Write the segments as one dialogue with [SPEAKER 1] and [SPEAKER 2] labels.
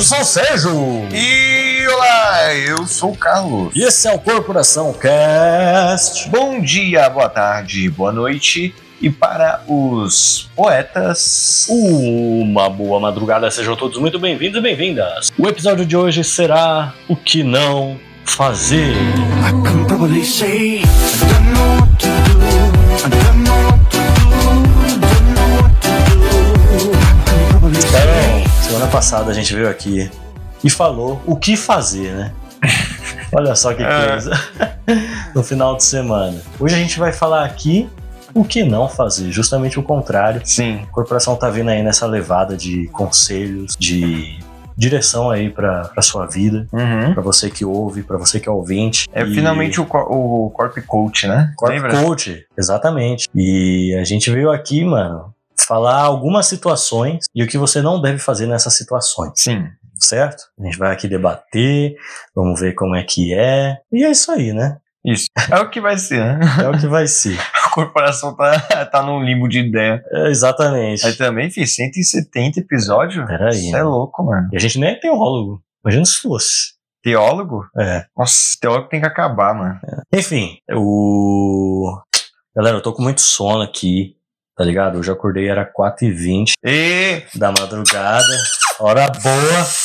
[SPEAKER 1] sou o Sérgio.
[SPEAKER 2] E olá, eu sou o Carlos.
[SPEAKER 1] E esse é o Corporação Cast.
[SPEAKER 2] Bom dia, boa tarde, boa noite. E para os poetas.
[SPEAKER 1] Uma boa madrugada, sejam todos muito bem-vindos e bem-vindas. O episódio de hoje será O que não fazer. Carol, semana passada a gente veio aqui e falou o que fazer, né? Olha só que
[SPEAKER 2] É.
[SPEAKER 1] coisa. no final de semana. Hoje a gente vai falar aqui o que não fazer, justamente o contrário.
[SPEAKER 2] Sim.
[SPEAKER 1] A corporação tá vindo aí nessa levada de conselhos, de direção aí pra, pra sua vida,
[SPEAKER 2] Uhum.
[SPEAKER 1] pra você que ouve, pra você que é ouvinte.
[SPEAKER 2] É
[SPEAKER 1] E-
[SPEAKER 2] finalmente o, cor- o Corp Coach, né?
[SPEAKER 1] Corp
[SPEAKER 2] Lembra?
[SPEAKER 1] Coach, exatamente. E a gente veio aqui, mano, falar algumas situações e o que você não deve fazer nessas situações,
[SPEAKER 2] Sim.
[SPEAKER 1] certo? A gente vai aqui debater, vamos ver como é que é. E é isso aí, né?
[SPEAKER 2] Isso. É o que vai ser, né?
[SPEAKER 1] É o que vai ser.
[SPEAKER 2] A corporação tá, tá num limbo de ideia.
[SPEAKER 1] É, exatamente.
[SPEAKER 2] Aí também, fiz 170 episódios.
[SPEAKER 1] Peraí,
[SPEAKER 2] Isso é
[SPEAKER 1] né?
[SPEAKER 2] louco, mano.
[SPEAKER 1] E a gente nem é teólogo. Imagina se fosse.
[SPEAKER 2] Teólogo?
[SPEAKER 1] É.
[SPEAKER 2] Nossa, teólogo tem que acabar, mano.
[SPEAKER 1] Enfim, o. Galera, eu tô com muito sono aqui, tá ligado? Eu já acordei, era 4h20
[SPEAKER 2] E
[SPEAKER 1] da madrugada. Hora boa.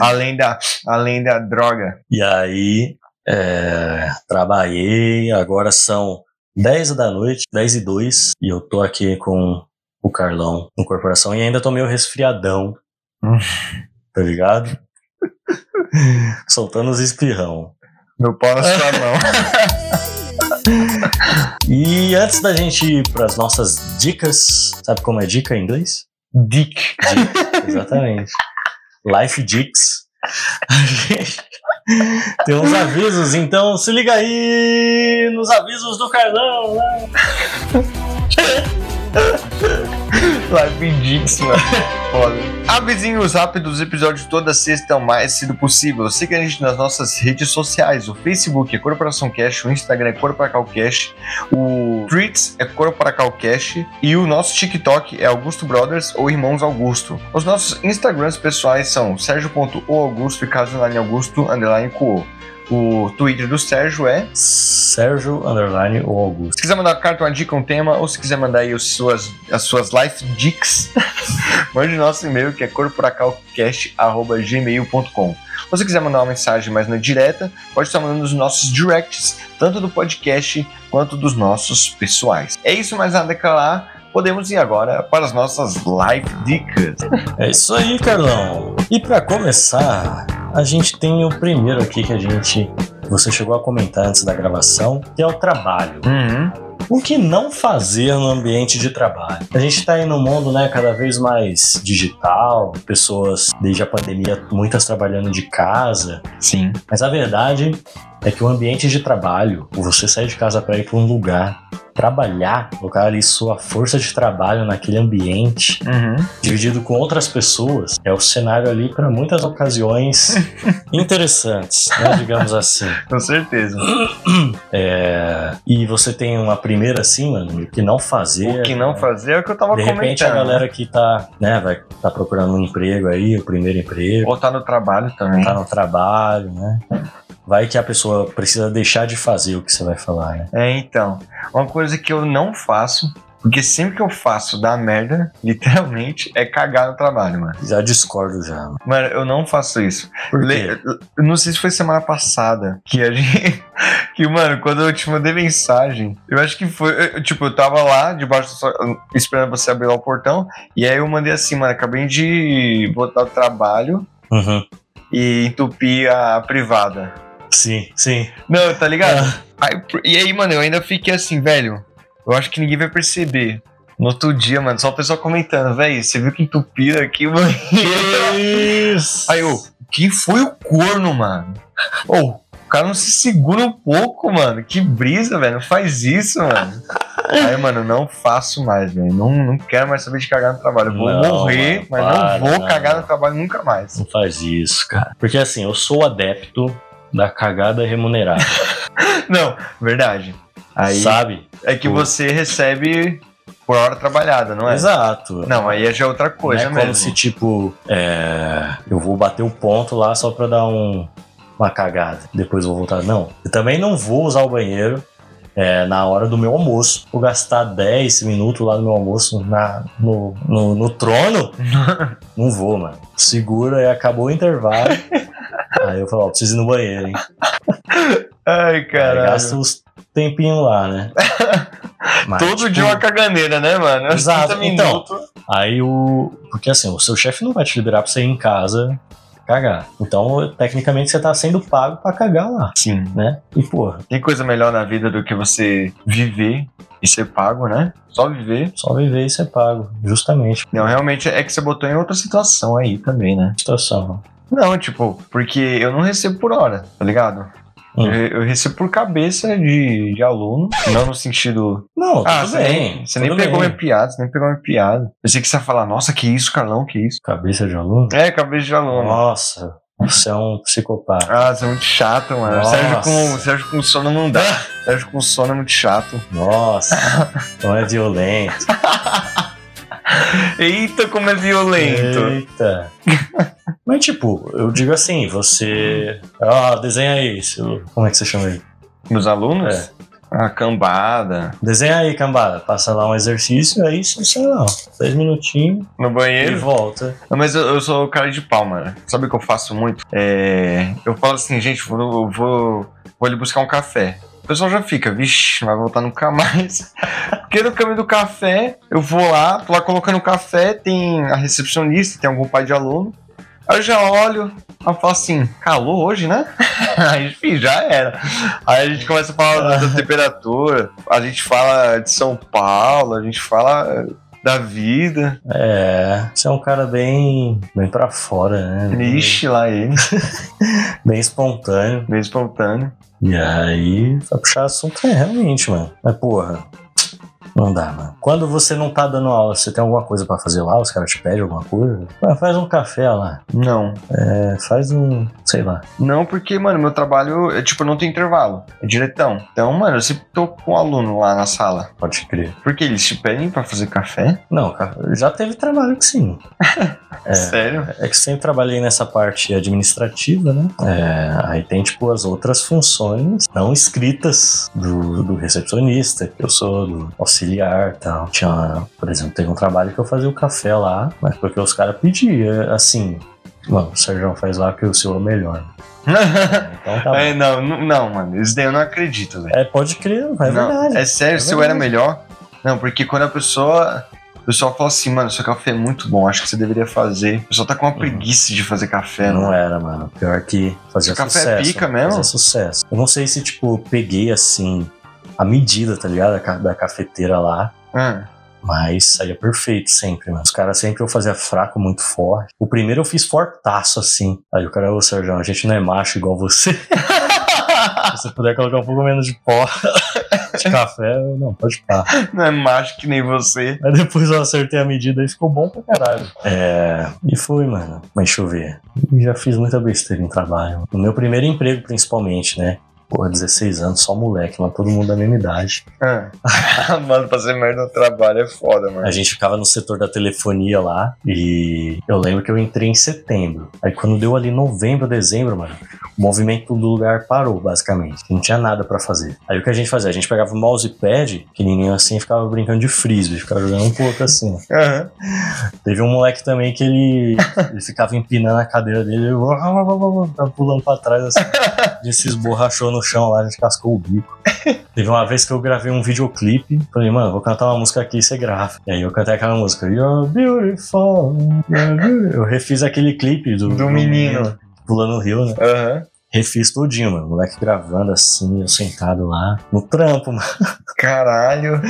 [SPEAKER 2] além da, além da droga.
[SPEAKER 1] E aí, é, trabalhei, agora são 10 da noite, 10 e 2, e eu tô aqui com o Carlão no Corporação e ainda tô meio resfriadão,
[SPEAKER 2] Hum.
[SPEAKER 1] tá ligado? Soltando os espirrão.
[SPEAKER 2] Meu pau na sua mão.
[SPEAKER 1] E antes da gente ir pras nossas dicas, sabe como é dica em inglês?
[SPEAKER 2] Dick.
[SPEAKER 1] Exatamente. Life Dicks. Tem uns avisos, então se liga aí nos avisos do Carlão. né?
[SPEAKER 2] Live Dix, mano. Foda. Avisinhos rápidos, episódios toda sexta o mais cedo possível. Siga a gente nas nossas redes sociais. O Facebook é Corporação Cash, o Instagram é Corporacal Cash, o Tweets é Corporacal Cash e o nosso TikTok é Augusto Brothers ou Irmãos Augusto. Os nossos Instagrams pessoais são sergio.oaugusto e caso underline augusto underline co. O Twitter do Sérgio é
[SPEAKER 1] Sérgio Underline ou Augusto.
[SPEAKER 2] Se quiser mandar uma carta, uma dica, um tema, ou se quiser mandar aí as suas, as suas life dicks, mande nosso e-mail que é corporacalcast.gmail.com. Ou se quiser mandar uma mensagem mais na direta, pode estar mandando os nossos directs, tanto do podcast quanto dos nossos pessoais. É isso, mais nada que lá. Podemos ir agora para as nossas life dicas.
[SPEAKER 1] É isso aí, Carlão. E pra começar, a gente tem o primeiro aqui que a gente. Você chegou a comentar antes da gravação, que é o trabalho. O que não fazer no ambiente de trabalho? A gente está aí num mundo né, cada vez mais digital, pessoas desde a pandemia, muitas trabalhando de casa,
[SPEAKER 2] Sim.
[SPEAKER 1] mas a verdade é que o ambiente de trabalho, você sair de casa para ir para um lugar, trabalhar, colocar ali sua força de trabalho naquele ambiente,
[SPEAKER 2] Uhum.
[SPEAKER 1] dividido com outras pessoas, é o cenário ali para muitas ocasiões interessantes, né, digamos assim.
[SPEAKER 2] Com certeza.
[SPEAKER 1] É, e você tem uma primeira assim, mano, o que não fazer.
[SPEAKER 2] O que não fazer é o que eu tava
[SPEAKER 1] De
[SPEAKER 2] comentando.
[SPEAKER 1] repente a galera que tá, né, vai tá procurando um emprego aí, o primeiro emprego,
[SPEAKER 2] Ou tá no trabalho também.
[SPEAKER 1] tá no trabalho, né? Vai que a pessoa precisa deixar de fazer o que você vai falar, né?
[SPEAKER 2] É, então. Uma coisa que eu não faço, porque sempre que eu faço dá merda, literalmente, é cagar no trabalho, mano.
[SPEAKER 1] Já discordo já. mano.
[SPEAKER 2] Mano, eu não faço isso.
[SPEAKER 1] Por
[SPEAKER 2] Le-
[SPEAKER 1] quê?
[SPEAKER 2] eu não sei se foi semana passada que a gente. Que, mano, quando eu te mandei mensagem, eu acho que foi. eu- eu, tipo, eu tava lá, debaixo do sol, esperando você abrir lá o portão, e aí eu mandei assim, mano, acabei de botar o trabalho
[SPEAKER 1] Uhum.
[SPEAKER 2] e entupir a privada.
[SPEAKER 1] Sim, sim.
[SPEAKER 2] Não, tá ligado? Aí, e aí, mano, eu ainda fiquei assim, velho. Eu acho que ninguém vai perceber. No outro dia, mano, só o pessoal comentando, velho, você viu que entupiram aqui, mano.
[SPEAKER 1] Ah, isso.
[SPEAKER 2] Aí eu, que foi o corno, mano? Ô, o cara não se segura um pouco, mano. Que brisa, velho. Não faz isso, mano. Aí, mano, não faço mais, velho. Não, não quero mais saber de cagar no trabalho. Eu vou
[SPEAKER 1] Não,
[SPEAKER 2] morrer,
[SPEAKER 1] mano,
[SPEAKER 2] mas
[SPEAKER 1] para,
[SPEAKER 2] não vou
[SPEAKER 1] não,
[SPEAKER 2] cagar
[SPEAKER 1] não.
[SPEAKER 2] no trabalho nunca mais.
[SPEAKER 1] Não faz isso, cara. Porque assim, eu sou adepto da cagada remunerada,
[SPEAKER 2] Não, verdade. Aí
[SPEAKER 1] sabe?
[SPEAKER 2] é que
[SPEAKER 1] Pô.
[SPEAKER 2] você recebe por hora trabalhada, não é?
[SPEAKER 1] Exato.
[SPEAKER 2] Não, aí já é outra coisa
[SPEAKER 1] não é
[SPEAKER 2] mesmo.
[SPEAKER 1] como se, tipo, é, eu vou bater o ponto lá só pra dar um- uma cagada. Depois vou voltar. Não. Eu também não vou usar o banheiro é, na hora do meu almoço. Vou gastar 10 minutos lá no meu almoço na, no, no, no trono. não vou, mano. Segura e acabou o intervalo. Aí eu falo, ó, preciso ir no banheiro, hein?
[SPEAKER 2] Ai,
[SPEAKER 1] Aí
[SPEAKER 2] caralho.
[SPEAKER 1] gasta uns tempinhos lá, né? Mas,
[SPEAKER 2] Todo
[SPEAKER 1] tipo,
[SPEAKER 2] dia uma caganeira, né, mano? Uns
[SPEAKER 1] Exato,
[SPEAKER 2] 30
[SPEAKER 1] então.
[SPEAKER 2] minutos.
[SPEAKER 1] Aí o. Porque assim, o seu chefe não vai te liberar pra você ir em casa cagar. Então, tecnicamente, você tá sendo pago pra cagar lá,
[SPEAKER 2] Sim.
[SPEAKER 1] né? E, porra,
[SPEAKER 2] Tem coisa melhor na vida do que você viver e ser pago, né? Só viver.
[SPEAKER 1] só viver e ser pago, justamente.
[SPEAKER 2] Não, realmente é que você botou em outra situação aí também, né?
[SPEAKER 1] Situação.
[SPEAKER 2] Não, tipo, porque eu não recebo por hora, tá ligado?
[SPEAKER 1] Hum.
[SPEAKER 2] Eu, eu recebo por cabeça de, de aluno, não no sentido.
[SPEAKER 1] Não,
[SPEAKER 2] Ah,
[SPEAKER 1] tudo
[SPEAKER 2] você
[SPEAKER 1] bem.
[SPEAKER 2] nem, você
[SPEAKER 1] tudo
[SPEAKER 2] nem pegou
[SPEAKER 1] bem.
[SPEAKER 2] minha piada, você nem pegou minha piada. Eu sei que você ia falar, nossa, que isso, Carlão, que isso.
[SPEAKER 1] Cabeça de aluno?
[SPEAKER 2] É, cabeça de aluno.
[SPEAKER 1] Nossa, você é um psicopata.
[SPEAKER 2] Ah, você é muito chato, mano.
[SPEAKER 1] Nossa.
[SPEAKER 2] Sérgio com, Sérgio com sono não dá. Sérgio com sono é muito chato.
[SPEAKER 1] Nossa, então é violento.
[SPEAKER 2] Eita, como é violento.
[SPEAKER 1] Eita. Mas, tipo, eu digo assim, você. Ah, desenha aí. seu- Como é que você chama É. aí?
[SPEAKER 2] Meus alunos? É. A cambada.
[SPEAKER 1] Desenha aí, cambada. Passa lá um exercício, aí você, sei lá, ó, 10 minutinhos
[SPEAKER 2] No
[SPEAKER 1] e
[SPEAKER 2] banheiro.
[SPEAKER 1] volta.
[SPEAKER 2] Não, Mas eu, eu sou o cara de pau, mano. Sabe o que eu faço muito? É, eu falo assim, gente, vou, eu vou, vou ali buscar um café. O pessoal já fica, vixe, não vai voltar nunca mais. Porque no caminho do café, eu vou lá, tô lá colocando o café, tem a recepcionista, tem algum pai de aluno. Aí eu já olho, eu falo assim, calor hoje, né? Aí enfim, já era. Aí a gente começa a falar da temperatura, a gente fala de São Paulo, a gente fala da vida.
[SPEAKER 1] É, você é um cara bem, bem pra fora, né? Bem-
[SPEAKER 2] Ixi, lá ele,
[SPEAKER 1] Bem espontâneo.
[SPEAKER 2] meio espontâneo.
[SPEAKER 1] E aí, pra puxar assunto, é realmente, mano. Mas, porra, não dá, mano. Quando você não tá dando aula, você tem alguma coisa pra fazer lá? Os caras te pedem alguma coisa? Ah, faz um café lá.
[SPEAKER 2] Não.
[SPEAKER 1] É, faz um, sei lá.
[SPEAKER 2] Não, porque, mano, meu trabalho, é, tipo, não tem intervalo. É diretão. Então, mano, eu sempre tô com o aluno lá na sala.
[SPEAKER 1] Pode crer.
[SPEAKER 2] Porque eles te pedem pra fazer café?
[SPEAKER 1] Não, cara, já teve trabalho que sim. É.
[SPEAKER 2] Sério?
[SPEAKER 1] É que sempre trabalhei nessa parte administrativa, né? É, aí tem, tipo, as outras funções não escritas do, do recepcionista, que eu sou do auxiliar e tal. Tinha, por exemplo, teve um trabalho que eu fazia o café lá, mas porque os caras pediam, assim... Mano, o Sérgio faz lá que o seu é o melhor. Então tá bom.
[SPEAKER 2] É, não, não, não, mano. Isso daí eu não acredito, velho.
[SPEAKER 1] É, pode crer, é
[SPEAKER 2] não,
[SPEAKER 1] verdade.
[SPEAKER 2] É sério,
[SPEAKER 1] É
[SPEAKER 2] se eu era
[SPEAKER 1] verdade.
[SPEAKER 2] melhor. Não, porque quando a pessoa. O pessoal fala assim, mano, seu café é muito bom, acho que você deveria fazer. O pessoal tá com uma preguiça de fazer café,
[SPEAKER 1] Uhum. Não é.
[SPEAKER 2] né?
[SPEAKER 1] era, mano. Pior que fazia
[SPEAKER 2] O café é
[SPEAKER 1] sucesso.
[SPEAKER 2] pica mesmo?
[SPEAKER 1] Fazia sucesso. Eu não sei se, tipo, eu peguei, assim, a medida, tá ligado? Da ca- Da cafeteira lá.
[SPEAKER 2] Ah,
[SPEAKER 1] Mas saía perfeito sempre, mano. Os caras sempre eu fazia fraco, muito forte. O primeiro eu fiz fortaço, assim. Aí o cara, ô Sérgio, a gente não é macho igual você. Se você puder colocar um pouco menos de pó de café, eu, não, pode pá.
[SPEAKER 2] não é macho que nem você.
[SPEAKER 1] Aí depois eu acertei a medida e ficou bom pra caralho. É, e foi, mano. Mas deixa eu ver. Já fiz muita besteira em trabalho. No meu primeiro emprego, principalmente, né? Porra, 16 anos, só moleque, mas todo mundo da mesma idade.
[SPEAKER 2] Ah. mano, fazer merda no trabalho é foda, mano.
[SPEAKER 1] A gente ficava no setor da telefonia lá e eu lembro que eu entrei em setembro. Aí quando deu ali novembro, dezembro, mano, o movimento do lugar parou, basicamente. Não tinha nada pra fazer. Aí o que a gente fazia? A gente pegava o mousepad, pequenininho assim, e ficava brincando de frisbee, ficava jogando um pouco assim.
[SPEAKER 2] Aham.
[SPEAKER 1] Teve um moleque também que ele, ele ficava empinando a cadeira dele, eu, tava pulando pra trás assim. A gente se esborrachou no chão lá, a gente cascou o bico. Teve uma vez que eu gravei um videoclipe, falei, mano, vou cantar uma música aqui e você grava. E aí eu cantei aquela música, You're Beautiful. you're beautiful." Eu refiz aquele clipe do,
[SPEAKER 2] Do menino.
[SPEAKER 1] pulando o rio, né?
[SPEAKER 2] Aham.
[SPEAKER 1] Refiz todinho, mano. O moleque gravando assim, eu sentado lá, no trampo, mano.
[SPEAKER 2] Caralho.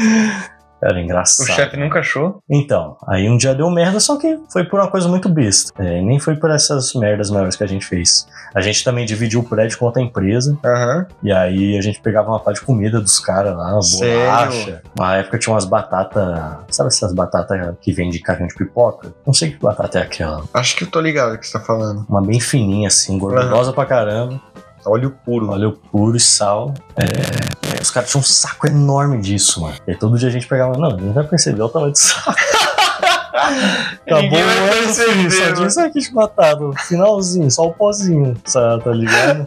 [SPEAKER 1] Era
[SPEAKER 2] O
[SPEAKER 1] engraçado.
[SPEAKER 2] chefe nunca achou?
[SPEAKER 1] Então, aí um dia deu merda, só que foi por uma coisa muito besta. É, nem foi por essas merdas maiores que a gente fez. A gente também dividiu o prédio com outra empresa,
[SPEAKER 2] Aham.
[SPEAKER 1] e aí a gente pegava uma parte de comida dos caras lá,
[SPEAKER 2] Sério?
[SPEAKER 1] bolacha. Na época tinha umas batatas. Sabe essas batatas que vem de caixinha de pipoca? Não sei que batata é aquela.
[SPEAKER 2] Acho que eu tô ligado o que você tá falando.
[SPEAKER 1] Uma bem fininha, assim, gordurosa pra caramba.
[SPEAKER 2] Óleo puro.
[SPEAKER 1] Óleo puro e sal. É, Os caras tinham um saco enorme disso, mano. E aí todo dia a gente pegava, não, ninguém vai perceber o tamanho do saco. Acabou
[SPEAKER 2] Ninguém vai
[SPEAKER 1] o ano,
[SPEAKER 2] perceber,
[SPEAKER 1] filho, só
[SPEAKER 2] mano.
[SPEAKER 1] tinha isso aqui de matado. Finalzinho, só o pozinho, sabe, tá ligado?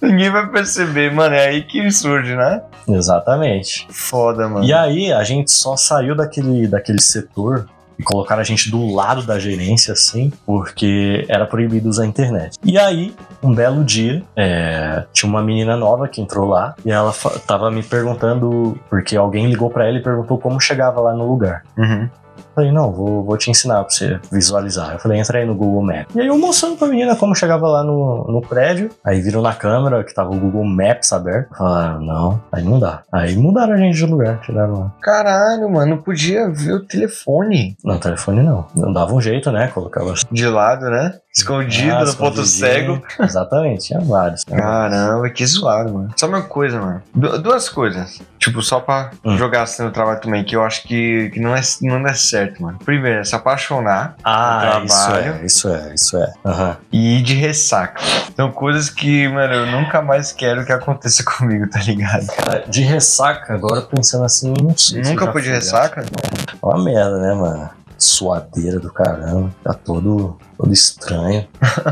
[SPEAKER 2] Ninguém vai perceber, mano. É aí que surge, né?
[SPEAKER 1] Exatamente.
[SPEAKER 2] Foda, mano.
[SPEAKER 1] E aí a gente só saiu daquele, daquele setor e colocaram a gente do lado da gerência, assim, porque era proibido usar a internet. E aí, um belo dia, é, tinha uma menina nova que entrou lá e ela fa- tava me perguntando, porque alguém ligou pra ela e perguntou como chegava lá no lugar.
[SPEAKER 2] Uhum.
[SPEAKER 1] Eu Falei, não, vou, vou te ensinar pra você visualizar. Eu falei, entra aí no Google Maps. E aí eu mostrando pra menina como chegava lá no, no prédio. Aí viram na câmera que tava o Google Maps aberto. Falaram, não, aí não dá. Aí mudaram a gente de lugar, tiraram lá.
[SPEAKER 2] Caralho, mano. Não podia ver o telefone
[SPEAKER 1] Não, telefone não. Não dava um jeito, né? Colocava
[SPEAKER 2] de lado, né? Escondido
[SPEAKER 1] Ah,
[SPEAKER 2] no ponto
[SPEAKER 1] escondidinho.
[SPEAKER 2] cego.
[SPEAKER 1] Exatamente, tinha vários.
[SPEAKER 2] Caramba, que zoado, mano. Só uma coisa, mano. Du- duas coisas. Tipo, só pra
[SPEAKER 1] Hum.
[SPEAKER 2] jogar assim no trabalho também, que eu acho que, que não, é, não é certo, mano. Primeiro, é se apaixonar
[SPEAKER 1] Ah, isso
[SPEAKER 2] Trabalho.
[SPEAKER 1] é, isso é, isso é. Aham.
[SPEAKER 2] e ir de ressaca. São coisas que, mano, eu nunca mais quero que aconteça comigo, tá ligado?
[SPEAKER 1] Cara, De ressaca, agora pensando assim, não sei. se eu
[SPEAKER 2] nunca
[SPEAKER 1] já
[SPEAKER 2] fui de
[SPEAKER 1] fui,
[SPEAKER 2] ressaca?
[SPEAKER 1] É uma merda, né, mano? Suadeira do caramba. Tá todo, todo estranho.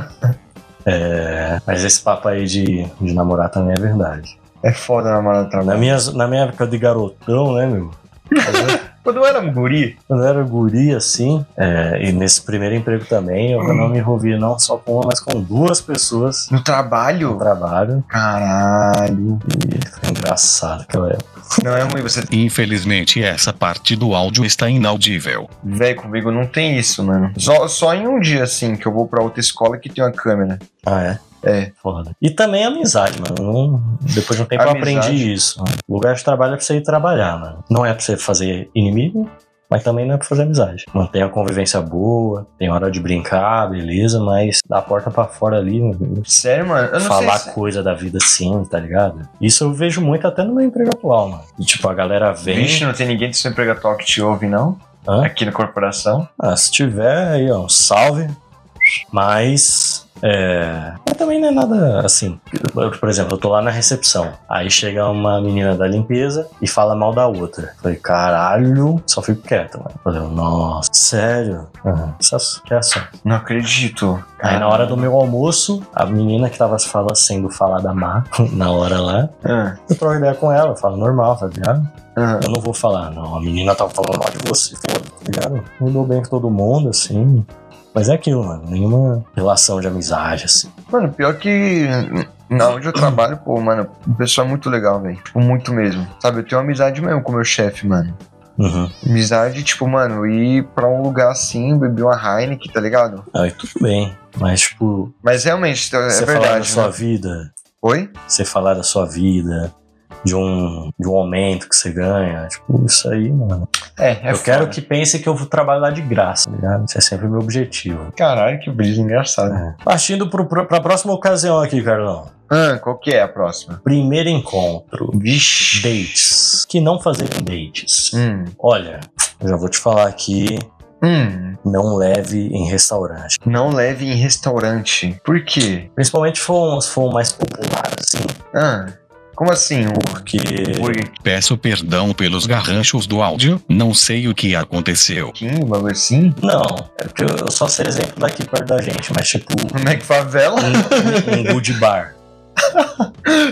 [SPEAKER 1] É, mas esse papo aí de, de namorar também é verdade.
[SPEAKER 2] É foda namorar no
[SPEAKER 1] Na
[SPEAKER 2] trabalho.
[SPEAKER 1] minha, na minha época de garotão, né, meu?
[SPEAKER 2] Quando eu era um guri,
[SPEAKER 1] Quando eu era guri, assim, é, e nesse primeiro emprego também, eu não me envolvi não só com uma, mas com duas pessoas
[SPEAKER 2] no
[SPEAKER 1] no
[SPEAKER 2] trabalho.
[SPEAKER 1] trabalho.
[SPEAKER 2] Caralho.
[SPEAKER 1] E foi engraçado aquela época.
[SPEAKER 2] Não é ruim você.
[SPEAKER 3] Infelizmente, essa parte do áudio está inaudível.
[SPEAKER 2] Véi, comigo não tem isso, mano. Só, só em um dia, assim, que eu vou pra outra escola que tem uma câmera.
[SPEAKER 1] Ah, é?
[SPEAKER 2] É.
[SPEAKER 1] Foda. E também amizade, mano. Não- Depois de um tempo eu
[SPEAKER 2] Amizade.
[SPEAKER 1] aprendi isso. Mano. Lugar de trabalho é pra você ir trabalhar, mano. Não é pra você fazer inimigo, mas também não é pra fazer amizade. Mantém a convivência boa, tem hora de brincar, beleza, mas da porta pra fora ali, mano,
[SPEAKER 2] Sério, mano? Eu não
[SPEAKER 1] falar
[SPEAKER 2] sei. Se...
[SPEAKER 1] coisa da vida assim, tá ligado? Isso eu vejo muito até no meu emprego atual, mano. E, tipo, a galera vem.
[SPEAKER 2] Vixe, não tem ninguém do seu emprego atual que te ouve, não?
[SPEAKER 1] Hã?
[SPEAKER 2] Aqui na corporação.
[SPEAKER 1] Ah, se tiver aí, ó, um salve. Mas. É. Mas também não é nada assim. Eu, por exemplo, eu tô lá na recepção. Aí chega uma menina da limpeza e fala mal da outra. Eu Falei, caralho, só fico quieto, mano. Eu Falei, nossa, sério? Aham, Essa que é essa.
[SPEAKER 2] Não acredito.
[SPEAKER 1] Aí na hora do meu almoço, a menina que tava fala, sendo falada má na hora lá,
[SPEAKER 2] Ah,
[SPEAKER 1] eu troco ideia com ela, eu falo normal, tá ligado?
[SPEAKER 2] ah.
[SPEAKER 1] Eu não vou falar, não. A menina tava falando mal de você, foda, tá ligado? Me dou bem com todo mundo, assim. Mas é aquilo, mano. Nenhuma relação de amizade, assim.
[SPEAKER 2] Mano, pior que. Na onde eu trabalho, pô, mano, o pessoal é muito legal, velho. Tipo, muito mesmo. Sabe, eu tenho amizade mesmo com o meu chefe, mano.
[SPEAKER 1] Uhum.
[SPEAKER 2] Amizade, tipo, mano, ir pra um lugar assim, beber uma Heineken, tá ligado?
[SPEAKER 1] Aí tudo bem. Mas, tipo,
[SPEAKER 2] Mas realmente, é
[SPEAKER 1] você falar da
[SPEAKER 2] verdade.
[SPEAKER 1] sua
[SPEAKER 2] Né?
[SPEAKER 1] vida,
[SPEAKER 2] Oi?
[SPEAKER 1] você falar da sua vida, de um, de um aumento que você ganha, tipo, isso aí, mano.
[SPEAKER 2] É, é
[SPEAKER 1] eu
[SPEAKER 2] foda.
[SPEAKER 1] quero que pense que eu vou trabalhar de graça, tá ligado? Isso é sempre o meu objetivo.
[SPEAKER 2] Caralho, que brisa engraçada.
[SPEAKER 1] É. Partindo pro, pro, pra próxima ocasião aqui, Carlão.
[SPEAKER 2] Ah, qual que é a próxima?
[SPEAKER 1] Primeiro encontro.
[SPEAKER 2] Vixe.
[SPEAKER 1] Dates. Que não fazer dates.
[SPEAKER 2] Hum.
[SPEAKER 1] Olha, eu já vou te falar aqui,
[SPEAKER 2] Hum.
[SPEAKER 1] não leve em restaurante.
[SPEAKER 2] Não leve em restaurante. Por quê?
[SPEAKER 1] Principalmente se for, um- se for um mais popular, assim,
[SPEAKER 2] Ah, como assim? O
[SPEAKER 1] porque
[SPEAKER 2] Burger
[SPEAKER 3] Peço perdão pelos garranchos do áudio, não sei o que aconteceu.
[SPEAKER 2] King, um bagulho assim?
[SPEAKER 1] não, é porque eu eu só sei exemplo daqui perto da gente, mas tipo
[SPEAKER 2] Mac é Favela?
[SPEAKER 1] um, um good bar.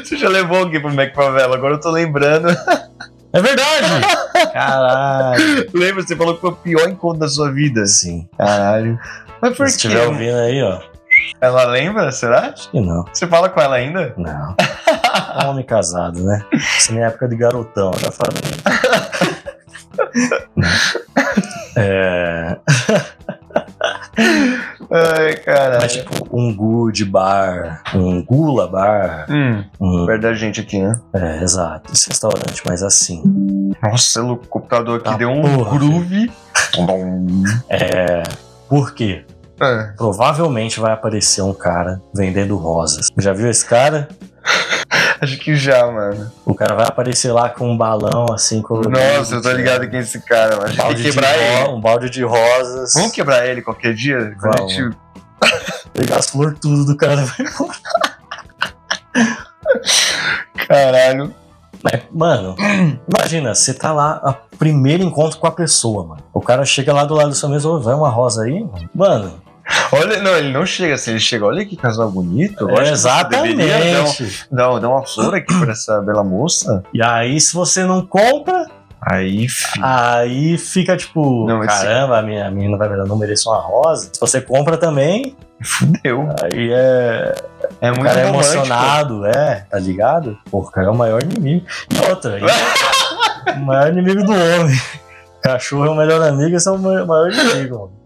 [SPEAKER 2] Você já levou alguém pro Mac Favela, agora eu tô lembrando.
[SPEAKER 1] É verdade! Caralho!
[SPEAKER 2] Lembra, você falou que foi o pior encontro da sua vida.
[SPEAKER 1] Sim.
[SPEAKER 2] Caralho. Mas por
[SPEAKER 1] Se estiver
[SPEAKER 2] quê?
[SPEAKER 1] ouvindo aí, ó,
[SPEAKER 2] Ela lembra, será?
[SPEAKER 1] acho que não.
[SPEAKER 2] Você fala com ela ainda?
[SPEAKER 1] Não. É um homem casado, né? Isso é minha época de garotão, eu já falei. É,
[SPEAKER 2] Ai,
[SPEAKER 1] mas
[SPEAKER 2] caralho.
[SPEAKER 1] tipo, um good bar, um gula bar,
[SPEAKER 2] Hum,
[SPEAKER 1] um
[SPEAKER 2] perto da gente aqui, né?
[SPEAKER 1] É, exato. Esse restaurante, mas assim.
[SPEAKER 2] Nossa, o computador aqui
[SPEAKER 1] Tá
[SPEAKER 2] deu um
[SPEAKER 1] porra,
[SPEAKER 2] groove. Tudum.
[SPEAKER 1] É. Por quê?
[SPEAKER 2] Ah,
[SPEAKER 1] Provavelmente vai aparecer um cara vendendo rosas. Já viu esse cara?
[SPEAKER 2] acho que já, mano.
[SPEAKER 1] O cara vai aparecer lá com um balão assim colorido.
[SPEAKER 2] Nossa, eu tô ligado quem é esse cara, mano. A
[SPEAKER 1] Um balde,
[SPEAKER 2] gente tem que
[SPEAKER 1] de
[SPEAKER 2] quebrar
[SPEAKER 1] ro-
[SPEAKER 2] ele.
[SPEAKER 1] um balde de rosas.
[SPEAKER 2] Vamos quebrar ele qualquer dia? A
[SPEAKER 1] Vamos.
[SPEAKER 2] gente
[SPEAKER 1] Pegar as flores tudo do cara vai embora.
[SPEAKER 2] Caralho.
[SPEAKER 1] Mas, mano, imagina, você tá lá, a primeiro encontro com a pessoa, mano. O cara chega lá do lado da sua mesa, ô, vai uma rosa aí, mano. Mano,
[SPEAKER 2] Olha, não, ele não chega assim, ele chega, olha que casal bonito.
[SPEAKER 1] É,
[SPEAKER 2] eu acho que você deveria dar um-
[SPEAKER 1] exatamente.
[SPEAKER 2] dar um- dar uma flor aqui pra essa bela moça.
[SPEAKER 1] E aí, se você não compra,
[SPEAKER 2] Aí, filho.
[SPEAKER 1] aí fica tipo,
[SPEAKER 2] Não, esse-
[SPEAKER 1] caramba, a minha a menina vai um virar, não merece é uma rosa. Se você compra também,
[SPEAKER 2] Fudeu.
[SPEAKER 1] aí é.
[SPEAKER 2] É
[SPEAKER 1] O
[SPEAKER 2] muito
[SPEAKER 1] cara é
[SPEAKER 2] romântico.
[SPEAKER 1] emocionado, é, tá ligado? Pô, o cara é o maior inimigo. E outra, ele é o maior inimigo do homem. Cachorro é o melhor amigo, esse é o ma- maior inimigo, mano.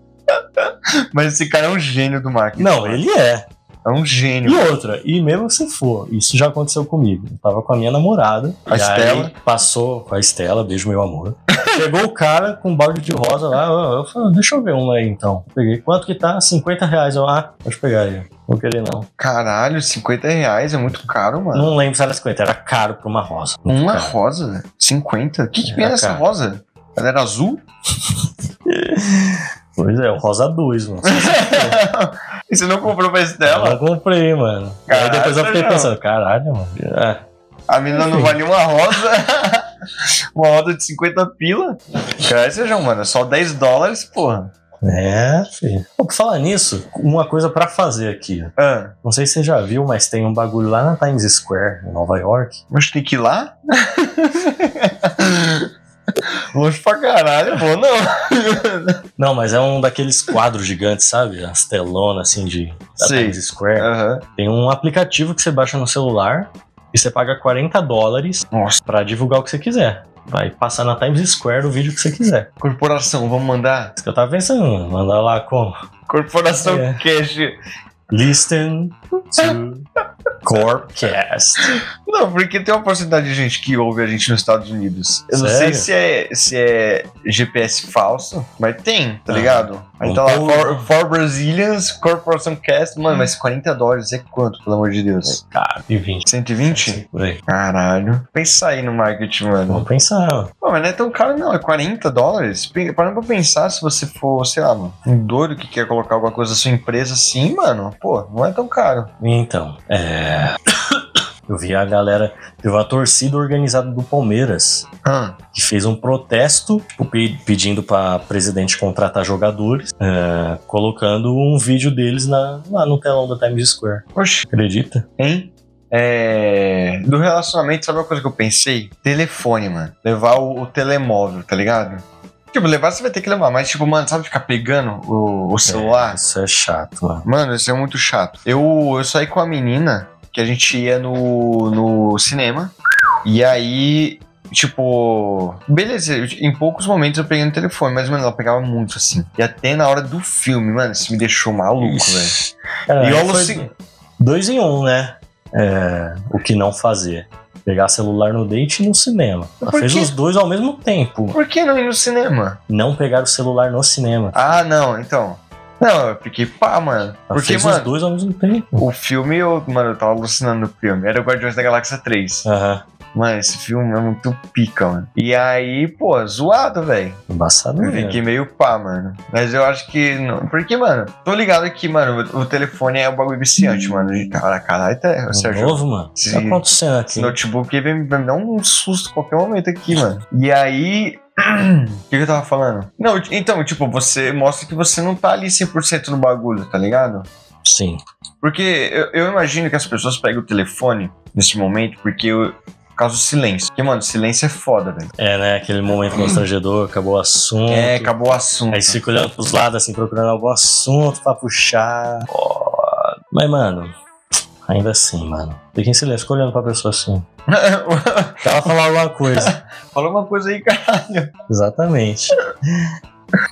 [SPEAKER 2] Mas esse cara é um gênio do marketing.
[SPEAKER 1] Não, ele é.
[SPEAKER 2] É um
[SPEAKER 1] E
[SPEAKER 2] gênio.
[SPEAKER 1] outra, e mesmo se for, isso já aconteceu comigo. Eu tava com a minha namorada.
[SPEAKER 2] A
[SPEAKER 1] e aí
[SPEAKER 2] Estela.
[SPEAKER 1] passou com a Estela, beijo meu amor. Chegou o cara com um balde de rosa lá. Eu, eu falei, "Ah, deixa eu ver uma aí então. Peguei. Quanto que tá? 50 reais. Eu, ah, pode pegar aí. Não queria não.
[SPEAKER 2] Caralho, 50 reais é muito caro, mano.
[SPEAKER 1] Não lembro se era 50, era caro pra uma rosa. Muito
[SPEAKER 2] Uma
[SPEAKER 1] caro.
[SPEAKER 2] rosa? 50? O que, que vem
[SPEAKER 1] É,
[SPEAKER 2] nessa
[SPEAKER 1] cara.
[SPEAKER 2] rosa? Ela era azul?
[SPEAKER 1] Pois é, o Rosa 2, mano.
[SPEAKER 2] e você não comprou pra
[SPEAKER 1] Eu
[SPEAKER 2] Estela?
[SPEAKER 1] não comprei, mano.
[SPEAKER 2] É, Caralho,
[SPEAKER 1] aí depois eu fiquei
[SPEAKER 2] não.
[SPEAKER 1] pensando, caralho, mano. É.
[SPEAKER 2] A menina não
[SPEAKER 1] Enfim.
[SPEAKER 2] valia uma rosa. uma rosa de 50 pila. Cara, Sérgio, mano, é só 10 dólares, porra.
[SPEAKER 1] É, filho. Pô, por falar nisso, uma coisa pra fazer aqui.
[SPEAKER 2] Ah,
[SPEAKER 1] Não sei se você já viu, mas tem um bagulho lá na Times Square, em Nova York.
[SPEAKER 2] mas tem que ir lá? Longe pra caralho, pô, não.
[SPEAKER 1] Não, mas é um daqueles quadros gigantes, sabe? As telonas, assim, de da
[SPEAKER 2] Sei.
[SPEAKER 1] Times Square.
[SPEAKER 2] Aham.
[SPEAKER 1] Tem um aplicativo que você baixa no celular e você paga 40 dólares
[SPEAKER 2] Nossa.
[SPEAKER 1] pra divulgar o que você quiser. Vai passar na Times Square o vídeo que você quiser.
[SPEAKER 2] Corporação, vamos mandar?
[SPEAKER 1] Isso que eu tava pensando, mano, mandar lá com...
[SPEAKER 2] Corporação
[SPEAKER 1] É.
[SPEAKER 2] Cash.
[SPEAKER 1] Listen to Corpcast.
[SPEAKER 2] Não, porque tem uma porcentagem de gente que ouve a gente nos Estados Unidos. Eu não sei
[SPEAKER 1] Sério?
[SPEAKER 2] se é, se é GPS falso, mas tem,
[SPEAKER 1] Ah.
[SPEAKER 2] tá ligado? Aí tá lá,
[SPEAKER 1] Então- Hum.
[SPEAKER 2] for, for Brazilians, Corporation Cast. Mano, mas 40 dólares é quanto, pelo amor de Deus?
[SPEAKER 1] Cara, e 20.
[SPEAKER 2] É. 120?
[SPEAKER 1] Por aí.
[SPEAKER 2] Caralho. Pensa aí no marketing, mano.
[SPEAKER 1] Vamos pensar. ó.
[SPEAKER 2] Pô, mas não é tão caro não, é 40 dólares? Pe- Parando pra pensar, se você for, sei lá, mano, um doido que quer colocar alguma coisa na sua empresa assim, mano, pô, não é tão caro.
[SPEAKER 1] Então, é. Eu vi a galera. Teve uma torcida organizada do Palmeiras
[SPEAKER 2] Ah,
[SPEAKER 1] que fez um protesto tipo, pe- pedindo pra presidente contratar jogadores, é, colocando um vídeo deles na, lá no telão da Times Square.
[SPEAKER 2] oxi.
[SPEAKER 1] Acredita?
[SPEAKER 2] Hein? É, do relacionamento, sabe uma coisa que eu pensei? Telefone, mano. Levar o, o telemóvel, tá ligado? Tipo, levar você vai ter que levar, mas tipo, mano, sabe ficar pegando o, o celular?
[SPEAKER 1] Isso é chato, mano.
[SPEAKER 2] Mano, isso é muito chato. Eu, eu saí com a menina que a gente ia no, no cinema. E aí, tipo, beleza, eu- em poucos momentos eu peguei no telefone, mas, mano, ela pegava muito assim. E até na hora do filme, mano, isso me deixou maluco,
[SPEAKER 1] Ixi.
[SPEAKER 2] velho.
[SPEAKER 1] Cara,
[SPEAKER 2] E
[SPEAKER 1] aí
[SPEAKER 2] eu
[SPEAKER 1] É, foi
[SPEAKER 2] alucin-
[SPEAKER 1] Dois em um, né? É, o que não fazer. Pegar celular no date e no cinema. Ela
[SPEAKER 2] Por
[SPEAKER 1] fez
[SPEAKER 2] quê?
[SPEAKER 1] os dois ao mesmo tempo.
[SPEAKER 2] Por que não ir no cinema?
[SPEAKER 1] Não pegar o celular no cinema.
[SPEAKER 2] Ah, não, então. Não, eu fiquei pá, mano.
[SPEAKER 1] Ela
[SPEAKER 2] Porque,
[SPEAKER 1] fez os
[SPEAKER 2] mano,
[SPEAKER 1] dois ao mesmo tempo.
[SPEAKER 2] o filme, eu, mano, eu tava alucinando no filme. Era o Guardiões da Galáxia 3.
[SPEAKER 1] Aham.
[SPEAKER 2] Mano, esse filme é muito pica, mano. E aí, pô, zoado, velho.
[SPEAKER 1] Embaçado
[SPEAKER 2] Eu
[SPEAKER 1] mesmo.
[SPEAKER 2] fiquei meio pá, mano. Mas eu acho que. Não. Porque, mano, tô ligado que, mano, o o telefone é um bagulho viciante, mano. De cara, caralho, tá,
[SPEAKER 1] De
[SPEAKER 2] Sérgio.
[SPEAKER 1] Um novo, mano? O que tá
[SPEAKER 2] Sim.
[SPEAKER 1] acontecendo
[SPEAKER 2] Esse
[SPEAKER 1] aqui?
[SPEAKER 2] notebook aí vai me vai me dar um susto a qualquer momento aqui, mano. E aí. O que eu tava falando? Não, então, tipo, você mostra que você não tá ali 100% no bagulho, tá ligado?
[SPEAKER 1] Sim.
[SPEAKER 2] Porque eu, eu imagino que as pessoas pegam o telefone nesse momento porque eu, por causa do silêncio. Porque, mano, silêncio é foda, velho.
[SPEAKER 1] É, né? Aquele momento constrangedor, acabou o assunto.
[SPEAKER 2] É, acabou o assunto.
[SPEAKER 1] Aí você fica olhando pros lados, assim, procurando algum assunto pra puxar. Ó, Mas, mano, ainda assim, mano. Fica em silêncio, fica olhando pra pessoa assim. Pra ela falar alguma coisa.
[SPEAKER 2] Fala uma coisa aí, cara.
[SPEAKER 1] Exatamente.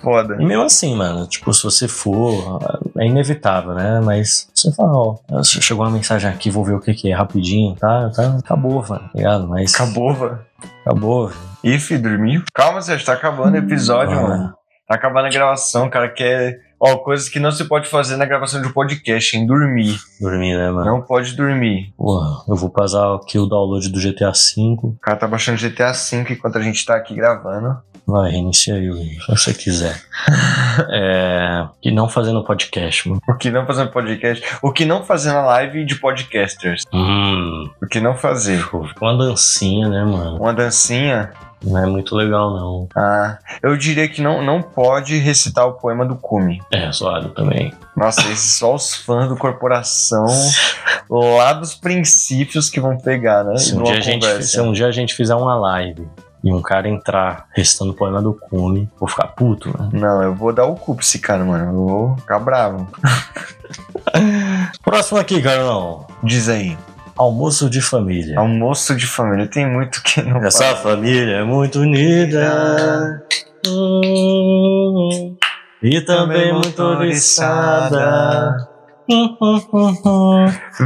[SPEAKER 2] Foda.
[SPEAKER 1] E mesmo assim, mano, tipo, se você for, é inevitável, né? Mas você fala, ó, chegou uma mensagem aqui, vou ver o que que é rapidinho, tá? tá acabou, mano, ligado? Mas
[SPEAKER 2] Acabou, velho.
[SPEAKER 1] acabou.
[SPEAKER 2] Ih, fi, dormiu? Calma, Sérgio, tá acabando o episódio,
[SPEAKER 1] Ah,
[SPEAKER 2] mano. Tá acabando a gravação, cara, que é. Ó, coisas que não se pode fazer na gravação de um podcast, hein? Dormir.
[SPEAKER 1] Dormir, né, mano?
[SPEAKER 2] Não pode dormir.
[SPEAKER 1] Porra, eu vou passar aqui o download do GTA V.
[SPEAKER 2] O cara tá baixando GTA V enquanto a gente tá aqui gravando.
[SPEAKER 1] Vai, reinicia aí, Will, se você quiser. É, e não fazendo podcast, mano.
[SPEAKER 2] O que não fazer no podcast. O que não fazer na live de podcasters.
[SPEAKER 1] Hum,
[SPEAKER 2] O que não fazer.
[SPEAKER 1] Tipo, uma dancinha, né, mano?
[SPEAKER 2] Uma dancinha.
[SPEAKER 1] Não é muito legal, não.
[SPEAKER 2] Ah, eu diria que não, não pode recitar o poema do Cume.
[SPEAKER 1] É, zoado também.
[SPEAKER 2] Nossa, esses só os fãs do corporação lá dos princípios que vão pegar, né?
[SPEAKER 1] Se um,
[SPEAKER 2] Numa
[SPEAKER 1] dia a gente,
[SPEAKER 2] conversa.
[SPEAKER 1] se um dia a gente fizer uma live e um cara entrar restando o poema do cume, vou ficar puto, né?
[SPEAKER 2] Não, eu vou dar o cu pra esse cara, mano. Eu vou ficar bravo.
[SPEAKER 1] Próximo aqui, Carlão.
[SPEAKER 2] Diz aí,
[SPEAKER 1] Almoço de família.
[SPEAKER 2] almoço de família, tem muito que não
[SPEAKER 1] Essa família é muito unida.
[SPEAKER 2] fala.
[SPEAKER 1] Hum, E também muito oriçada.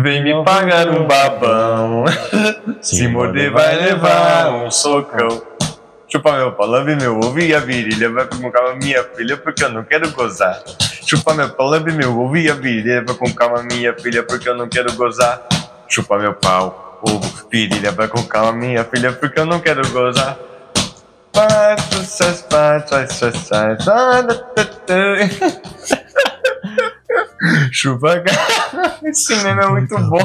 [SPEAKER 2] Vem me pagar um babão. Se morder, vai levar um socão. Chupa meu pau, lambe meu ovo e a virilha. Vai com calma minha filha, porque eu não quero gozar. Chupa meu pau, lambe meu ovo e a virilha. Vai com calma minha filha, porque eu não quero gozar. Chupa meu pau, ovo, virilha. Vai com calma minha filha, porque eu não quero gozar. Faz sucesso, faz, faz sucesso. Ah, tá, tá, tá. Chupa, cara. Esse meme é muito bom.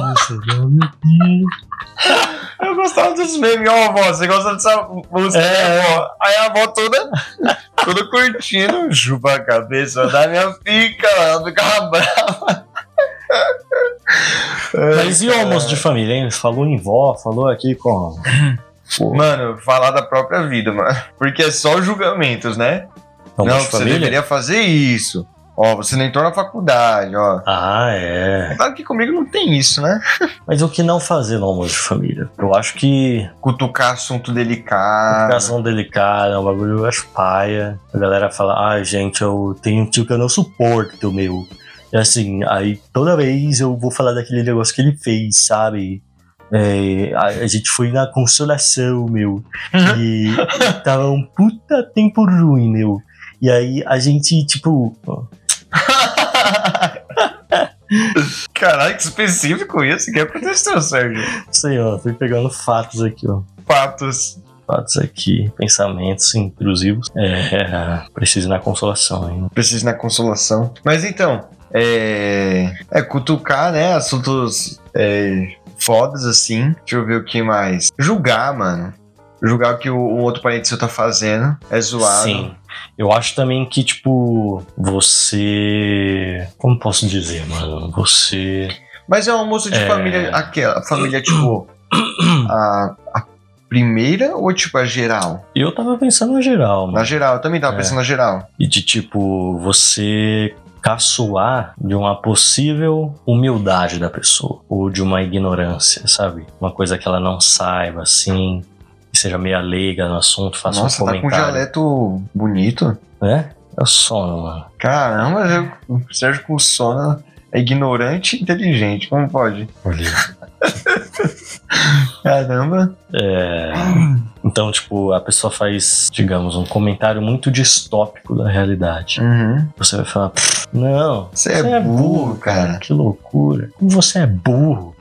[SPEAKER 1] é
[SPEAKER 2] Eu gostava dos memes, ó, vó, você gosta dessa música,
[SPEAKER 1] É.
[SPEAKER 2] né, vó? Aí a avó toda, toda curtindo, chupa a cabeça da minha pica, ela ficava brava.
[SPEAKER 1] Mas e o almoço de família, hein? Falou em vó, falou aqui com.
[SPEAKER 2] É, Mano, falar da própria vida, mano. Porque é só julgamentos, né?
[SPEAKER 1] Almoço
[SPEAKER 2] não,
[SPEAKER 1] de
[SPEAKER 2] você
[SPEAKER 1] família?
[SPEAKER 2] deveria fazer isso. Ó, você não entrou na faculdade, ó.
[SPEAKER 1] Ah, é.
[SPEAKER 2] Claro que comigo não tem isso, né?
[SPEAKER 1] Mas o que não fazer no almoço de família? Eu acho que
[SPEAKER 2] Cutucar assunto delicado.
[SPEAKER 1] educação delicada, é um bagulho eu acho paia. A galera fala, ah, gente, eu tenho um tio que eu não suporto, meu. E assim, aí toda vez eu vou falar daquele negócio que ele fez, sabe? É, a, a gente foi na consolação, meu. E tava um puta tempo ruim, meu. E aí a gente, tipo,
[SPEAKER 2] Caralho, que específico isso. O que aconteceu, Sérgio?
[SPEAKER 1] sei lá, fui pegando fatos aqui, ó.
[SPEAKER 2] Fatos.
[SPEAKER 1] Fatos aqui, pensamentos intrusivos. É, preciso ir na consolação, hein?
[SPEAKER 2] precisa na consolação. Mas então, é, é cutucar, né? Assuntos é, fodas assim. Deixa eu ver o que mais. Julgar, mano. Julgar o que o, o outro parente seu tá fazendo. É zoado.
[SPEAKER 1] Sim. Eu acho também que, tipo, você. Como posso dizer, mano? Você.
[SPEAKER 2] Mas é um almoço de
[SPEAKER 1] É.
[SPEAKER 2] família, aquela. Família, tipo. a, a primeira ou, tipo, a geral?
[SPEAKER 1] Eu tava pensando na geral,
[SPEAKER 2] Na
[SPEAKER 1] mano.
[SPEAKER 2] geral, eu também tava
[SPEAKER 1] É.
[SPEAKER 2] pensando na geral.
[SPEAKER 1] E de, tipo, você caçoar de uma possível humildade da pessoa. Ou de uma ignorância, sabe? Uma coisa que ela não saiba, assim. Que seja meio leiga no assunto, faça
[SPEAKER 2] Nossa,
[SPEAKER 1] um
[SPEAKER 2] tá com um
[SPEAKER 1] comentário.
[SPEAKER 2] dialeto bonito.
[SPEAKER 1] né? É o sono, mano.
[SPEAKER 2] Caramba, eu- o Sérgio com sono é ignorante e inteligente. Como pode? Caramba.
[SPEAKER 1] É. Então, tipo, a pessoa faz, digamos, um comentário muito distópico da realidade.
[SPEAKER 2] Uhum.
[SPEAKER 1] Você vai falar, "Pff, não,
[SPEAKER 2] Você é, burro, cara.
[SPEAKER 1] que loucura. Como você é burro?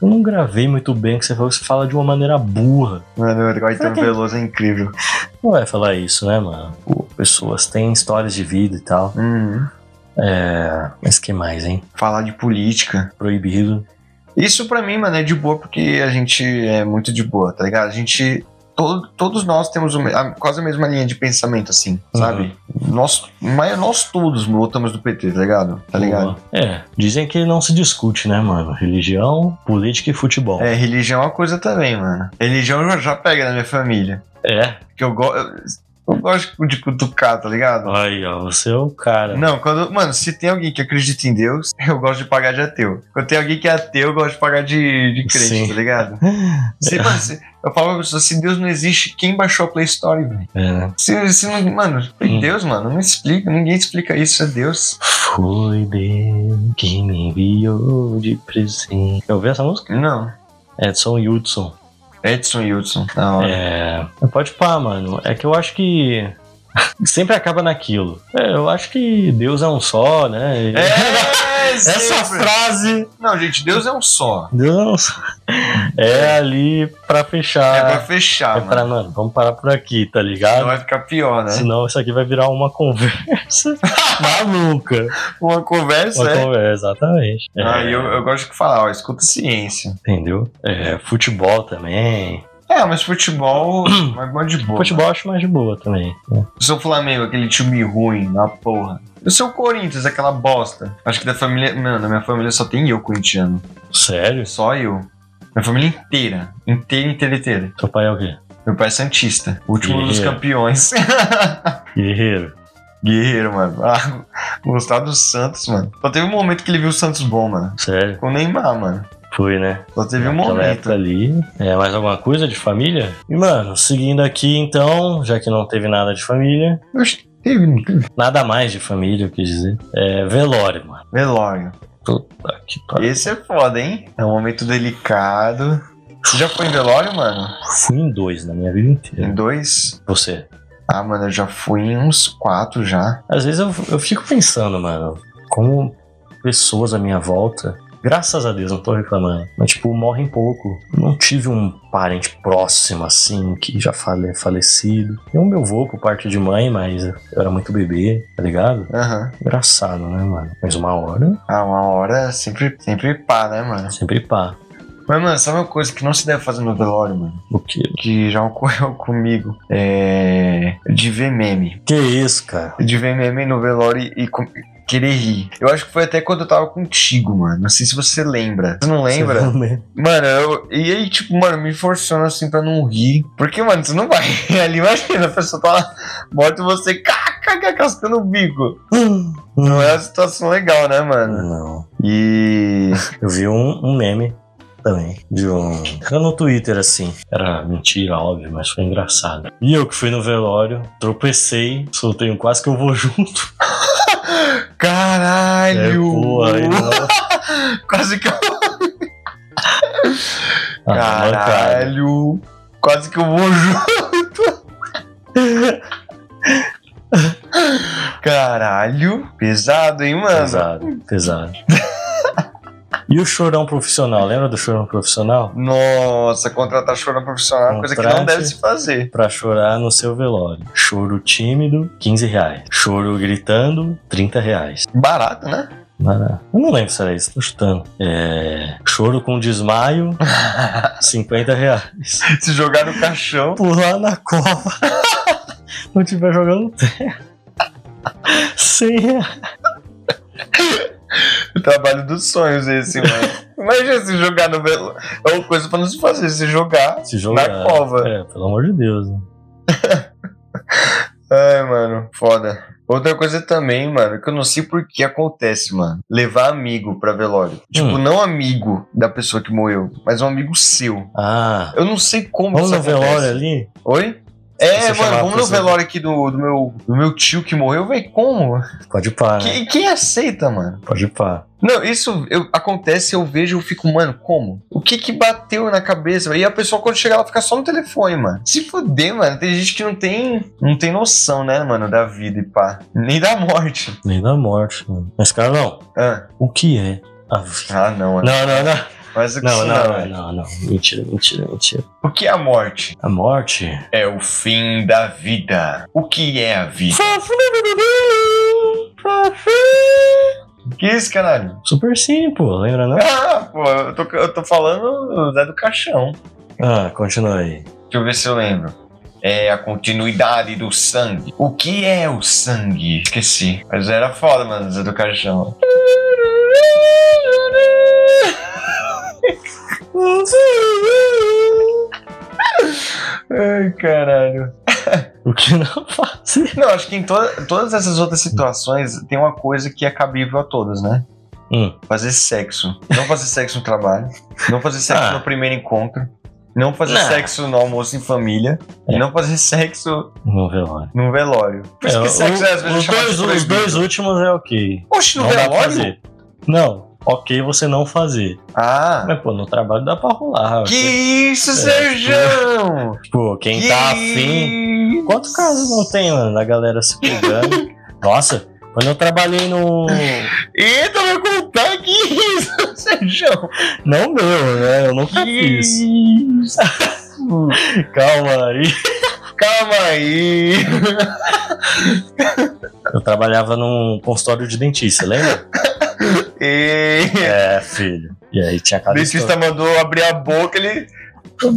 [SPEAKER 1] Eu não gravei muito bem o que você falou, você fala de uma maneira burra.
[SPEAKER 2] Mano, o Gaetano
[SPEAKER 1] Será que-
[SPEAKER 2] Veloso é incrível.
[SPEAKER 1] Não vai falar isso, né, mano? Pô, pessoas têm histórias de vida e tal.
[SPEAKER 2] Uhum.
[SPEAKER 1] É. Mas que mais, hein?
[SPEAKER 2] Falar de política.
[SPEAKER 1] Proibido.
[SPEAKER 2] Isso pra mim, mano, é de boa porque a gente é muito de boa, tá ligado? A gente. todo- todos nós temos o me- a- quase a mesma linha de pensamento, assim, sabe? Nós, mas nós todos lutamos do PT, tá ligado? Tá
[SPEAKER 1] Boa.
[SPEAKER 2] ligado?
[SPEAKER 1] É. Dizem que não se discute, né, mano? Religião, política e futebol.
[SPEAKER 2] É, religião é uma coisa também, mano. Religião já- já pega na minha família.
[SPEAKER 1] É.
[SPEAKER 2] Porque eu, go eu, eu gosto de cutucar, tá ligado?
[SPEAKER 1] Aí, ó, você é o cara.
[SPEAKER 2] Não, quando. Mano, se tem alguém que acredita em Deus, eu gosto de pagar de ateu. Quando tem alguém que é ateu, eu gosto de pagar de, de crente,
[SPEAKER 1] Sim.
[SPEAKER 2] tá ligado? Se, mano, se- eu falo pra pessoa, se Deus não existe, quem baixou a Play Store, velho?
[SPEAKER 1] É, né?
[SPEAKER 2] Se, se não. Mano,
[SPEAKER 1] Hum.
[SPEAKER 2] Deus, mano, não explica, ninguém explica isso, é Deus.
[SPEAKER 1] Foi Deus que me enviou de presente. Eu ouvi essa música?
[SPEAKER 2] Não.
[SPEAKER 1] Edson Hudson.
[SPEAKER 2] Edson Hudson, na hora.
[SPEAKER 1] É. Pode pá, mano. É que eu acho que. Sempre acaba naquilo. É, eu acho que Deus é um só, né?
[SPEAKER 2] É,
[SPEAKER 1] Essa
[SPEAKER 2] sempre.
[SPEAKER 1] frase.
[SPEAKER 2] Não, gente, Deus é um só.
[SPEAKER 1] Deus. É ali pra
[SPEAKER 2] é pra
[SPEAKER 1] fechar.
[SPEAKER 2] fechar,
[SPEAKER 1] É
[SPEAKER 2] mano.
[SPEAKER 1] pra, mano, vamos parar por aqui, tá
[SPEAKER 2] Não
[SPEAKER 1] ligado?
[SPEAKER 2] vai ficar pior, né?
[SPEAKER 1] Senão isso aqui vai virar uma conversa maluca.
[SPEAKER 2] Uma conversa,
[SPEAKER 1] Uma
[SPEAKER 2] é.
[SPEAKER 1] conversa, exatamente. É,
[SPEAKER 2] Ah, e eu, eu gosto de falar, ó, escuta ciência.
[SPEAKER 1] Entendeu? É, futebol também.
[SPEAKER 2] É, mas futebol é bom de boa.
[SPEAKER 1] futebol eu acho mais de boa também.
[SPEAKER 2] O seu Flamengo, aquele time ruim, na porra. O seu Corinthians, aquela bosta. Acho que da família. Mano, da minha família só tem eu corintiano.
[SPEAKER 1] Sério?
[SPEAKER 2] Só eu. Minha família inteira. Inteira, inteira, inteira.
[SPEAKER 1] Seu pai é o quê?
[SPEAKER 2] Meu pai é Santista. O último dos
[SPEAKER 1] Guerreiro.
[SPEAKER 2] campeões.
[SPEAKER 1] Guerreiro.
[SPEAKER 2] Guerreiro, mano. Ah, gostar do Santos, mano. Só teve um momento que ele viu o Santos bom, mano.
[SPEAKER 1] Sério?
[SPEAKER 2] Com o Neymar, mano.
[SPEAKER 1] Fui, né?
[SPEAKER 2] Só teve um
[SPEAKER 1] Naquela
[SPEAKER 2] momento.
[SPEAKER 1] época ali. É, mais alguma coisa de família? E, mano, seguindo aqui então, já que não teve nada de família,
[SPEAKER 2] Eu acho que teve. um não teve?
[SPEAKER 1] nada mais de família, eu quis dizer. É velório, mano.
[SPEAKER 2] Velório.
[SPEAKER 1] Puta que pariu.
[SPEAKER 2] Esse é foda, hein? É um momento delicado. Você já foi em velório, mano?
[SPEAKER 1] Fui em dois na minha vida inteira.
[SPEAKER 2] Em dois?
[SPEAKER 1] Você.
[SPEAKER 2] Ah, mano, eu já fui em uns quatro já.
[SPEAKER 1] Às vezes eu, eu fico pensando, mano, como pessoas à minha volta, graças a Deus, não tô reclamando, mas tipo, morrem pouco. Não tive um parente próximo assim, que já fale, falecido. Tem um meu avô por parte de mãe, mas eu era muito bebê, tá ligado?
[SPEAKER 2] Aham.
[SPEAKER 1] Engraçado, né, mano? Mas uma hora,
[SPEAKER 2] Ah, uma hora sempre, sempre pá, né, mano?
[SPEAKER 1] sempre pá.
[SPEAKER 2] Mas, mano, sabe uma coisa que não se deve fazer no velório, mano?
[SPEAKER 1] O quê?
[SPEAKER 2] Que já ocorreu comigo. É. De ver meme.
[SPEAKER 1] Que é isso, cara?
[SPEAKER 2] De ver meme no velório e com- querer rir. Eu acho que foi até quando eu tava contigo, mano. Não sei se você lembra. Você não lembra?
[SPEAKER 1] Você lembra?
[SPEAKER 2] Mano, eu. E aí, tipo, mano, me forçando assim pra não rir. Porque, mano, tu não vai rir ali. Imagina, a pessoa tá lá morta e você. Caca, cascando o bico.
[SPEAKER 1] Hum,
[SPEAKER 2] Não
[SPEAKER 1] Não
[SPEAKER 2] é uma situação legal, né, mano?
[SPEAKER 1] Não.
[SPEAKER 2] E.
[SPEAKER 1] Eu vi um, um meme também. De um. Era no Twitter assim. Era mentira, óbvio, mas foi engraçado. E eu que fui no velório, tropecei, soltei um quase que eu vou junto. É,
[SPEAKER 2] Caralho!
[SPEAKER 1] boa, aí, não.
[SPEAKER 2] Quase que eu.
[SPEAKER 1] Ah, mancada.
[SPEAKER 2] Caralho! Quase que eu vou junto! Caralho! Pesado, hein, mano?
[SPEAKER 1] Pesado, pesado. E o chorão profissional, lembra do chorão profissional?
[SPEAKER 2] Nossa, contratar chorão profissional é uma coisa que não
[SPEAKER 1] Contrate.
[SPEAKER 2] deve se fazer.
[SPEAKER 1] Pra chorar no seu velório. Choro tímido, 15 reais. Choro gritando, 30 reais.
[SPEAKER 2] Barato, né?
[SPEAKER 1] Mara- Eu não lembro se era isso, tô chutando. É, Choro com desmaio, 50 reais.
[SPEAKER 2] se jogar no caixão.
[SPEAKER 1] Pular na cova. não tiver jogando terra. 100 reais.
[SPEAKER 2] O trabalho dos sonhos é esse, mano. Imagina se jogar no velo. É uma coisa pra não se fazer, se jogar.
[SPEAKER 1] Se jogar.
[SPEAKER 2] Na cova.
[SPEAKER 1] É, pelo amor de Deus. né?
[SPEAKER 2] Ai, mano, foda. Outra coisa também, mano, que eu não sei por que acontece, mano. Levar amigo pra velório. Tipo,
[SPEAKER 1] Hum.
[SPEAKER 2] não amigo da pessoa que morreu, mas um amigo seu.
[SPEAKER 1] Ah.
[SPEAKER 2] Eu não sei como
[SPEAKER 1] Vamos
[SPEAKER 2] que
[SPEAKER 1] no
[SPEAKER 2] isso acontece.
[SPEAKER 1] velório ali?
[SPEAKER 2] Oi? É,
[SPEAKER 1] Você chamar
[SPEAKER 2] mano,
[SPEAKER 1] a
[SPEAKER 2] vamos no
[SPEAKER 1] pessoa-
[SPEAKER 2] velório aqui do, do, meu, do meu tio que morreu, velho. Como?
[SPEAKER 1] Pode pá, né?
[SPEAKER 2] Quem, quem aceita, mano?
[SPEAKER 1] Pode pá.
[SPEAKER 2] Não, isso eu- acontece, eu vejo, eu fico, mano, como? O que que bateu na cabeça? E a pessoa, quando chegar, ela fica só no telefone, mano. Se fuder, mano, tem gente que não tem, não tem noção, né, mano, da vida e pá. Nem da morte.
[SPEAKER 1] Nem da morte, mano. Mas, Carlão,
[SPEAKER 2] Ah,
[SPEAKER 1] o que é a vida?
[SPEAKER 2] ah, não, mano.
[SPEAKER 1] Não, não, não.
[SPEAKER 2] Mas o que
[SPEAKER 1] Não,
[SPEAKER 2] isso não,
[SPEAKER 1] não,
[SPEAKER 2] é?
[SPEAKER 1] não, não. Mentira, mentira, mentira.
[SPEAKER 2] O que é a morte?
[SPEAKER 1] A morte.
[SPEAKER 2] É o fim da vida. O que é a vida? Que isso, caralho?
[SPEAKER 1] Super sim, pô. Lembra não?
[SPEAKER 2] Ah, pô, eu tô, eu tô falando da do caixão.
[SPEAKER 1] Ah, continua aí.
[SPEAKER 2] Deixa eu ver se eu lembro. É a continuidade do sangue. O que é o sangue? Esqueci. Mas era foda, mano, Zé do Caixão. Ai, caralho.
[SPEAKER 1] O que não fazer?
[SPEAKER 2] Não, acho que em to- todas essas outras situações tem uma coisa que é cabível a todos, né?
[SPEAKER 1] Hum.
[SPEAKER 2] Fazer sexo. Não fazer sexo no trabalho. Não fazer sexo
[SPEAKER 1] Ah.
[SPEAKER 2] no primeiro encontro. Não fazer
[SPEAKER 1] Não.
[SPEAKER 2] sexo no almoço em família. E
[SPEAKER 1] É.
[SPEAKER 2] não fazer sexo
[SPEAKER 1] No Um velório.
[SPEAKER 2] num velório. Por isso
[SPEAKER 1] É,
[SPEAKER 2] que
[SPEAKER 1] o-
[SPEAKER 2] sexo às vezes é
[SPEAKER 1] os,
[SPEAKER 2] chamado
[SPEAKER 1] dois,
[SPEAKER 2] de
[SPEAKER 1] os
[SPEAKER 2] proibido.
[SPEAKER 1] dois últimos é ok.
[SPEAKER 2] Oxe, no
[SPEAKER 1] não dá pra
[SPEAKER 2] velório?
[SPEAKER 1] fazer. Não, ok você não fazer.
[SPEAKER 2] Ah.
[SPEAKER 1] Mas, pô, no trabalho dá pra rolar.
[SPEAKER 2] Que
[SPEAKER 1] ok?
[SPEAKER 2] isso, Sérgio?
[SPEAKER 1] Tipo, quem
[SPEAKER 2] que
[SPEAKER 1] tá afim. Quantos casos não tem, mano, da galera se pegando? Nossa, Quando eu trabalhei no.
[SPEAKER 2] Eita, vai contar que isso, Sérgio.
[SPEAKER 1] Não meu, né? Eu nunca
[SPEAKER 2] Que
[SPEAKER 1] fiz.
[SPEAKER 2] isso.
[SPEAKER 1] Calma aí.
[SPEAKER 2] Calma aí.
[SPEAKER 1] Eu trabalhava num consultório de dentista, lembra?
[SPEAKER 2] E...
[SPEAKER 1] É, filho. E aí tinha
[SPEAKER 2] O
[SPEAKER 1] cada
[SPEAKER 2] dentista mandou abrir a boca, ele
[SPEAKER 1] história.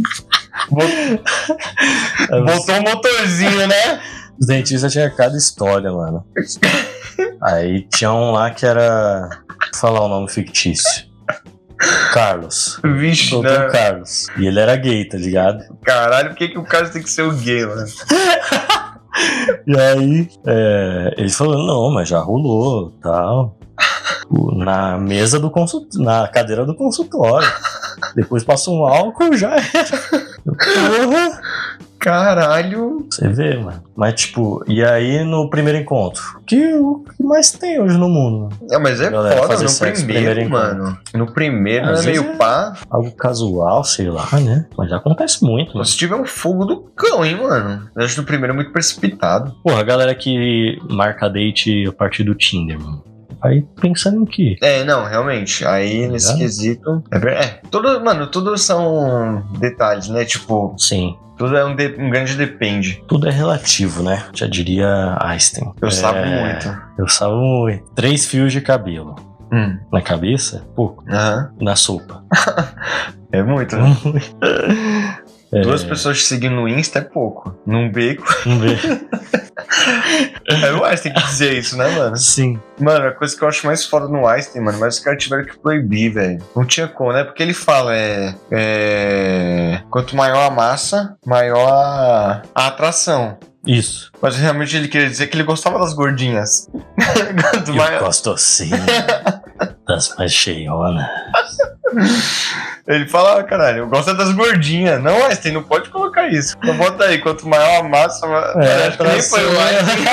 [SPEAKER 2] botou um motorzinho, né?
[SPEAKER 1] Os dentistas tinham cada história, mano. Aí tinha um lá que era. Vou falar o nome fictício. Carlos.
[SPEAKER 2] Vixe,
[SPEAKER 1] Doutor
[SPEAKER 2] né?
[SPEAKER 1] Carlos. E ele era gay, tá ligado?
[SPEAKER 2] caralho, por que, que o cara tem que ser o gay, mano?
[SPEAKER 1] E aí, é, ele falou, não, mas já rolou, tal. O- Na mesa do consultório, na cadeira do consultório. Depois passa um álcool, já era. Porra!
[SPEAKER 2] Caralho.
[SPEAKER 1] Você vê, mano. Mas, tipo, e aí no primeiro encontro? Que o que mais tem hoje no mundo? né?
[SPEAKER 2] É, mas é
[SPEAKER 1] Galera,
[SPEAKER 2] foda
[SPEAKER 1] fazer
[SPEAKER 2] no
[SPEAKER 1] sexo
[SPEAKER 2] primeiro,
[SPEAKER 1] primeiro encontro.
[SPEAKER 2] mano. No primeiro,
[SPEAKER 1] Às
[SPEAKER 2] né,
[SPEAKER 1] vezes
[SPEAKER 2] meio
[SPEAKER 1] é.
[SPEAKER 2] pá.
[SPEAKER 1] Algo casual, sei lá, né? Mas acontece muito,
[SPEAKER 2] Só
[SPEAKER 1] mano.
[SPEAKER 2] se tiver um fogo do cão, hein, mano. Eu acho que no primeiro é muito precipitado.
[SPEAKER 1] Porra, a galera que marca date a partir do Tinder, mano. Aí pensando em que?
[SPEAKER 2] É, não, realmente. Aí, nesse
[SPEAKER 1] Ligado?
[SPEAKER 2] quesito. É, ver- é tudo, mano, tudo são detalhes, né? Tipo,
[SPEAKER 1] Sim,
[SPEAKER 2] tudo é um, de- um grande depende.
[SPEAKER 1] tudo é relativo, né? Já diria Einstein.
[SPEAKER 2] Eu
[SPEAKER 1] É,
[SPEAKER 2] sabo muito.
[SPEAKER 1] Eu sabo muito. Três fios de cabelo.
[SPEAKER 2] Hum,
[SPEAKER 1] Na cabeça? Pouco.
[SPEAKER 2] aham.
[SPEAKER 1] Na sopa.
[SPEAKER 2] É muito. né?
[SPEAKER 1] É,
[SPEAKER 2] Duas pessoas te seguindo no Insta é pouco. Num beco.
[SPEAKER 1] vamos ver.
[SPEAKER 2] É o Einstein que dizer isso, né, mano?
[SPEAKER 1] Sim.
[SPEAKER 2] Mano, a coisa que eu acho mais foda no Einstein, mano, mas os caras tiveram que proibir, velho. Não tinha como, né? Porque ele fala, é, é. Quanto maior a massa, maior a, a atração.
[SPEAKER 1] Isso.
[SPEAKER 2] Mas realmente ele queria dizer que ele gostava das gordinhas. Quanto
[SPEAKER 1] Eu
[SPEAKER 2] maior-
[SPEAKER 1] gosto assim. das mais cheionas.
[SPEAKER 2] Ele fala, ah, caralho, eu gosto é das gordinhas. Não, Einstein, não pode colocar isso. Então bota aí, quanto maior a massa, maior...
[SPEAKER 1] É,
[SPEAKER 2] acho que nem foi o Einstein.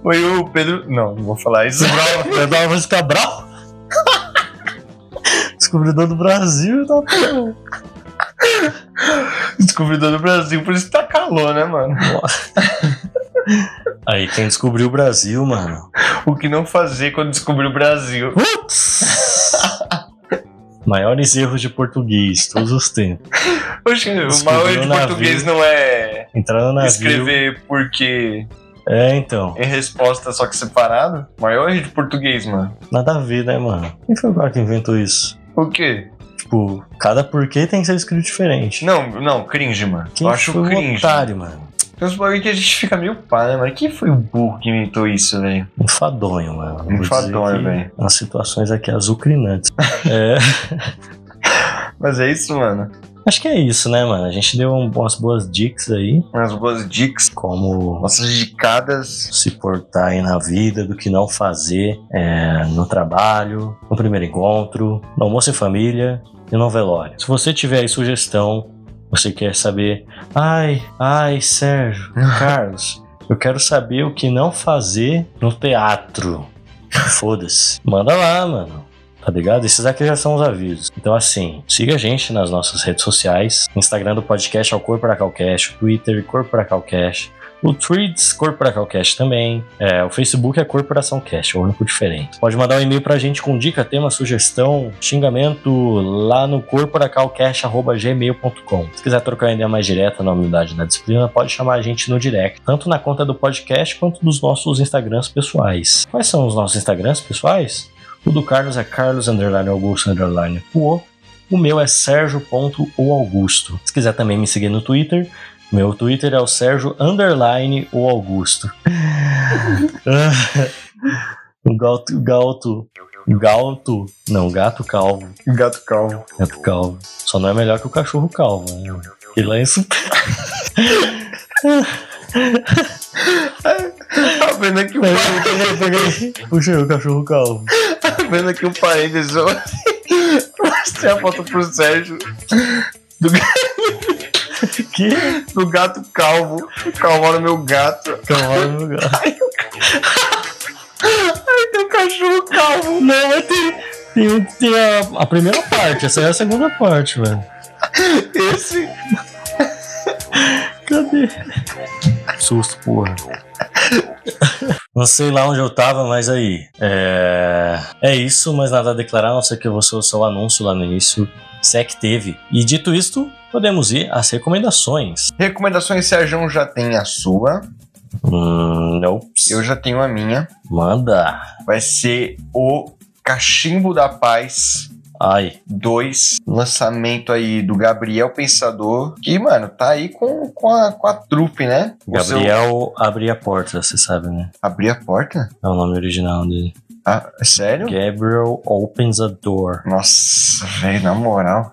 [SPEAKER 2] foi o Pedro. Não, não vou falar isso.
[SPEAKER 1] Eu tava música brava. Descobridor do Brasil. Tá...
[SPEAKER 2] Descobridor do Brasil, por isso que tá calor, né, mano?
[SPEAKER 1] Aí quem descobriu o Brasil, mano.
[SPEAKER 2] O que não fazer quando descobrir o Brasil?
[SPEAKER 1] Maiores erros de português, todos os tempos.
[SPEAKER 2] Oxe, o
[SPEAKER 1] Descobrir
[SPEAKER 2] maior erro
[SPEAKER 1] o
[SPEAKER 2] de
[SPEAKER 1] navio.
[SPEAKER 2] português não é
[SPEAKER 1] Entrar no navio.
[SPEAKER 2] escrever porque
[SPEAKER 1] É, então.
[SPEAKER 2] em resposta só que separado? O maior erro de português, mano.
[SPEAKER 1] Nada a ver, né, mano? Quem foi o cara que inventou isso?
[SPEAKER 2] O quê?
[SPEAKER 1] Tipo, cada porquê tem que ser escrito diferente.
[SPEAKER 2] Não, não, cringe, mano.
[SPEAKER 1] Quem
[SPEAKER 2] eu acho
[SPEAKER 1] foi o
[SPEAKER 2] cringe.
[SPEAKER 1] otário, mano?
[SPEAKER 2] Tem uns bagulho que a gente fica meio pá, né, mano? Quem foi o burro que inventou isso, velho?
[SPEAKER 1] Enfadonho, Um mano. Vou dizer
[SPEAKER 2] Enfadonho,
[SPEAKER 1] que
[SPEAKER 2] velho.
[SPEAKER 1] As situações aqui azucrinantes. é,
[SPEAKER 2] Mas é isso, mano.
[SPEAKER 1] acho que é isso, né, mano? A gente deu um- umas boas dicas aí,
[SPEAKER 2] Umas boas dicas,
[SPEAKER 1] como
[SPEAKER 2] nossas dicadas.
[SPEAKER 1] se portar aí na vida, do que não fazer é, no trabalho, no primeiro encontro, no almoço em família e no velório. Se você tiver aí sugestão, você quer saber, ai, ai, Sérgio, Carlos, eu quero saber o que não fazer no teatro. Foda-se. Manda lá, mano. Tá ligado? Esses aqui já são os avisos. Então, assim, siga a gente nas nossas redes sociais: Instagram do podcast é o Corpo Para Calcash, o Twitter Corpo Para Calcash, o Threads Corpo Para Calcash também, é, o Facebook é Corporação Cash, é o único diferente. Pode mandar um e-mail pra gente com dica, tema, sugestão, xingamento lá no corporacalcash.gmail.com. Se quiser trocar uma ideia mais direta na unidade da disciplina, pode chamar a gente no direct, tanto na conta do podcast quanto dos nossos Instagrams pessoais. Quais são os nossos Instagrams pessoais? O do Carlos é Carlos underline Augusto underline Puo. O meu é Sérgio.oAugusto. Se quiser também me seguir no Twitter, meu Twitter é o Sérgio underline o Augusto. o Galto, Galto, Galto, não, Gato Calvo,
[SPEAKER 2] Gato calvo.
[SPEAKER 1] Gato Calvo. Só não é melhor que o Cachorro Calvo, né? Ele lá é isso.
[SPEAKER 2] Tá vendo aqui o, tá
[SPEAKER 1] Puxa, o Cachorro Calvo.
[SPEAKER 2] vendo aqui o parênteses. ó. Mostrei a foto pro Sérgio.
[SPEAKER 1] Que?
[SPEAKER 2] do gato calvo. Calvaram meu gato.
[SPEAKER 1] Calvo no meu gato.
[SPEAKER 2] Meu cachorro
[SPEAKER 1] Não,
[SPEAKER 2] calvo.
[SPEAKER 1] mas tem, tem, tem a, a primeira parte, essa é a segunda parte, velho.
[SPEAKER 2] Esse.
[SPEAKER 1] Cadê? Susto, porra. Não sei lá onde eu tava, mas aí. É, é isso, mas nada a declarar, a não ser que eu vou ser o seu anúncio lá no início. Se é que teve. E dito isto, podemos ir às recomendações.
[SPEAKER 2] Recomendações, Sérgio já tem a sua,
[SPEAKER 1] Hum, não.
[SPEAKER 2] eu já tenho a minha.
[SPEAKER 1] Manda.
[SPEAKER 2] Vai ser o Cachimbo da Paz
[SPEAKER 1] Ai.
[SPEAKER 2] 2, lançamento aí do Gabriel Pensador, que, mano, tá aí com, com, a, com a trupe, né? O seu-
[SPEAKER 1] Gabriel abria a porta, você sabe, né?
[SPEAKER 2] Abrir a porta?
[SPEAKER 1] É o nome original dele.
[SPEAKER 2] Ah, sério?
[SPEAKER 1] Gabriel opens a door.
[SPEAKER 2] Nossa, velho, na moral.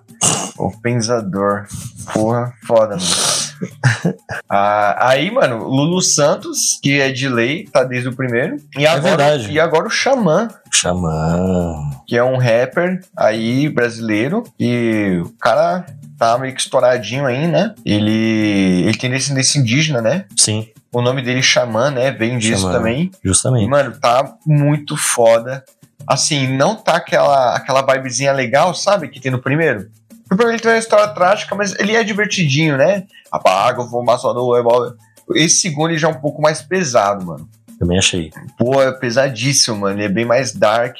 [SPEAKER 2] O pensador. Porra, foda, mano. Ah, aí, mano, Lulu Santos, que é de lei, tá desde o primeiro. E agora,
[SPEAKER 1] É verdade.
[SPEAKER 2] E agora o Xamã,
[SPEAKER 1] Xamã.
[SPEAKER 2] que é um rapper aí brasileiro. E o cara tá meio que estouradinho aí, né? Ele, ele tem descendência indígena, né?
[SPEAKER 1] Sim,
[SPEAKER 2] O nome dele é Xamã, né? Vem disso
[SPEAKER 1] Xamã.
[SPEAKER 2] também. E,
[SPEAKER 1] justamente.
[SPEAKER 2] Mano, tá muito foda. Assim, não tá aquela, aquela vibezinha legal, sabe? Que tem no primeiro. Porque pra mim ele tem uma história trágica, mas ele é divertidinho, né? Apaga, o fumaçador, é bom. Esse segundo ele já é um pouco mais pesado, mano.
[SPEAKER 1] Também achei.
[SPEAKER 2] Pô, é pesadíssimo, mano. Ele é bem mais dark.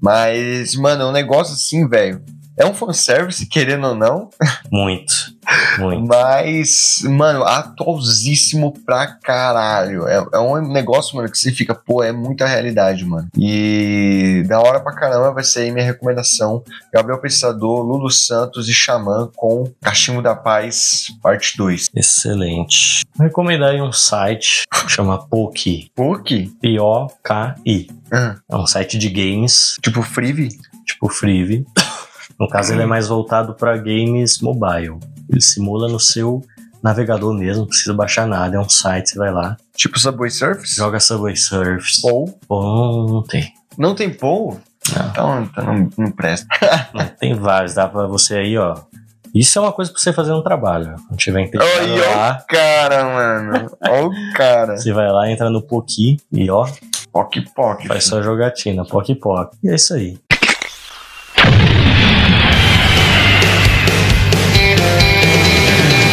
[SPEAKER 2] Mas, mano, é um negócio assim, velho. É um fanservice, querendo ou não.
[SPEAKER 1] Muito. Muito.
[SPEAKER 2] Mas, mano, atualzíssimo pra caralho. É, é um negócio, mano, que você fica, pô, é muita realidade, mano. E da hora pra caramba vai ser aí minha recomendação. Gabriel Pensador, Lulu Santos e Xamã com Cachimbo da Paz, parte 2.
[SPEAKER 1] Excelente. Vou recomendar aí um site que chama Poki.
[SPEAKER 2] Pô, que?
[SPEAKER 1] P-O-K-I.
[SPEAKER 2] Ah,
[SPEAKER 1] É um site de games,
[SPEAKER 2] tipo Freevee?
[SPEAKER 1] tipo Freevee. No caso, ele é mais voltado para games mobile. Ele simula no seu navegador mesmo, não precisa baixar nada. É um site, você vai lá,
[SPEAKER 2] Tipo Subway Surfers?
[SPEAKER 1] joga Subway Surfs.
[SPEAKER 2] Ou.
[SPEAKER 1] Bom, não tem.
[SPEAKER 2] Não tem Pou?
[SPEAKER 1] Não.
[SPEAKER 2] Então, então não, não presta.
[SPEAKER 1] Não, tem vários, dá pra você aí, ó. Isso é uma coisa pra você fazer no trabalho. Quando tiver
[SPEAKER 2] Oi,
[SPEAKER 1] entediado
[SPEAKER 2] ó.
[SPEAKER 1] lá,
[SPEAKER 2] Cara, mano. Ó o cara.
[SPEAKER 1] você vai lá, entra no Poki e ó,
[SPEAKER 2] Poc Poc.
[SPEAKER 1] faz sua jogatina, Poki Poki. E é isso aí.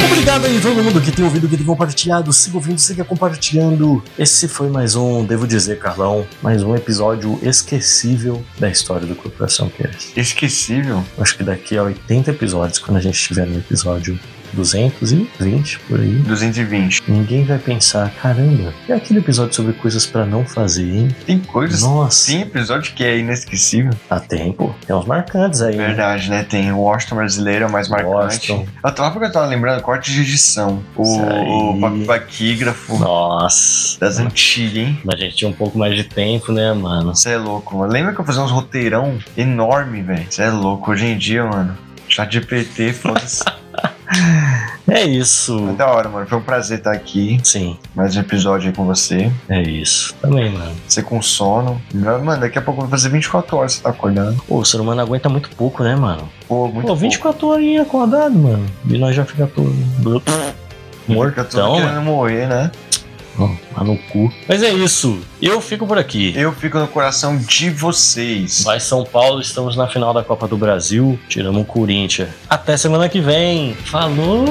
[SPEAKER 1] Obrigado aí todo mundo que tem ouvido, que tem compartilhado. Siga ouvindo, siga compartilhando. Esse foi mais um, devo dizer, Carlão, mais um episódio esquecível da história do Corporação Cast.
[SPEAKER 2] Esquecível.
[SPEAKER 1] acho que daqui a 80 episódios, quando a gente estiver no episódio 220 por aí,
[SPEAKER 2] 220.
[SPEAKER 1] ninguém vai pensar: caramba, é aquele episódio sobre coisas pra não fazer, hein?
[SPEAKER 2] Tem coisas.
[SPEAKER 1] Nossa,
[SPEAKER 2] Sim, episódio que é inesquecível.
[SPEAKER 1] há Tá tempo. Tem uns marcantes aí. né?
[SPEAKER 2] Verdade, né? Tem o Washington brasileiro, é o mais marcante.
[SPEAKER 1] Washington.
[SPEAKER 2] Eu tava porque eu tava lembrando, corte de edição.
[SPEAKER 1] Isso aí.
[SPEAKER 2] O, o paquígrafo
[SPEAKER 1] Nossa.
[SPEAKER 2] das antigas, hein?
[SPEAKER 1] Mas a gente tinha um pouco mais de tempo, né, mano?
[SPEAKER 2] Você é louco, mano. Lembra que eu fazia uns roteirão enorme, velho? Você é louco. Hoje em dia, mano. Chat GPT, foda-se.
[SPEAKER 1] É isso.
[SPEAKER 2] Mas da hora, mano. Foi um prazer estar aqui.
[SPEAKER 1] Sim,
[SPEAKER 2] Mais um episódio aí com você.
[SPEAKER 1] é isso. Também, mano.
[SPEAKER 2] Você com sono. Mano, daqui a pouco vai fazer 24 horas que você tá acordando.
[SPEAKER 1] Pô, o ser humano aguenta muito pouco, né, mano?
[SPEAKER 2] Pô, muito
[SPEAKER 1] Pô, 24 horas acordado, mano. E nós já fica todo.
[SPEAKER 2] pouco. Fica todo
[SPEAKER 1] Mortão, mano.
[SPEAKER 2] querendo morrer, né?
[SPEAKER 1] Hum, lá no cu. Mas é isso. Eu fico por aqui.
[SPEAKER 2] Eu fico no coração de vocês.
[SPEAKER 1] Vai São Paulo, estamos na final da Copa do Brasil. Tiramos o Corinthians. Até semana que vem. Falou!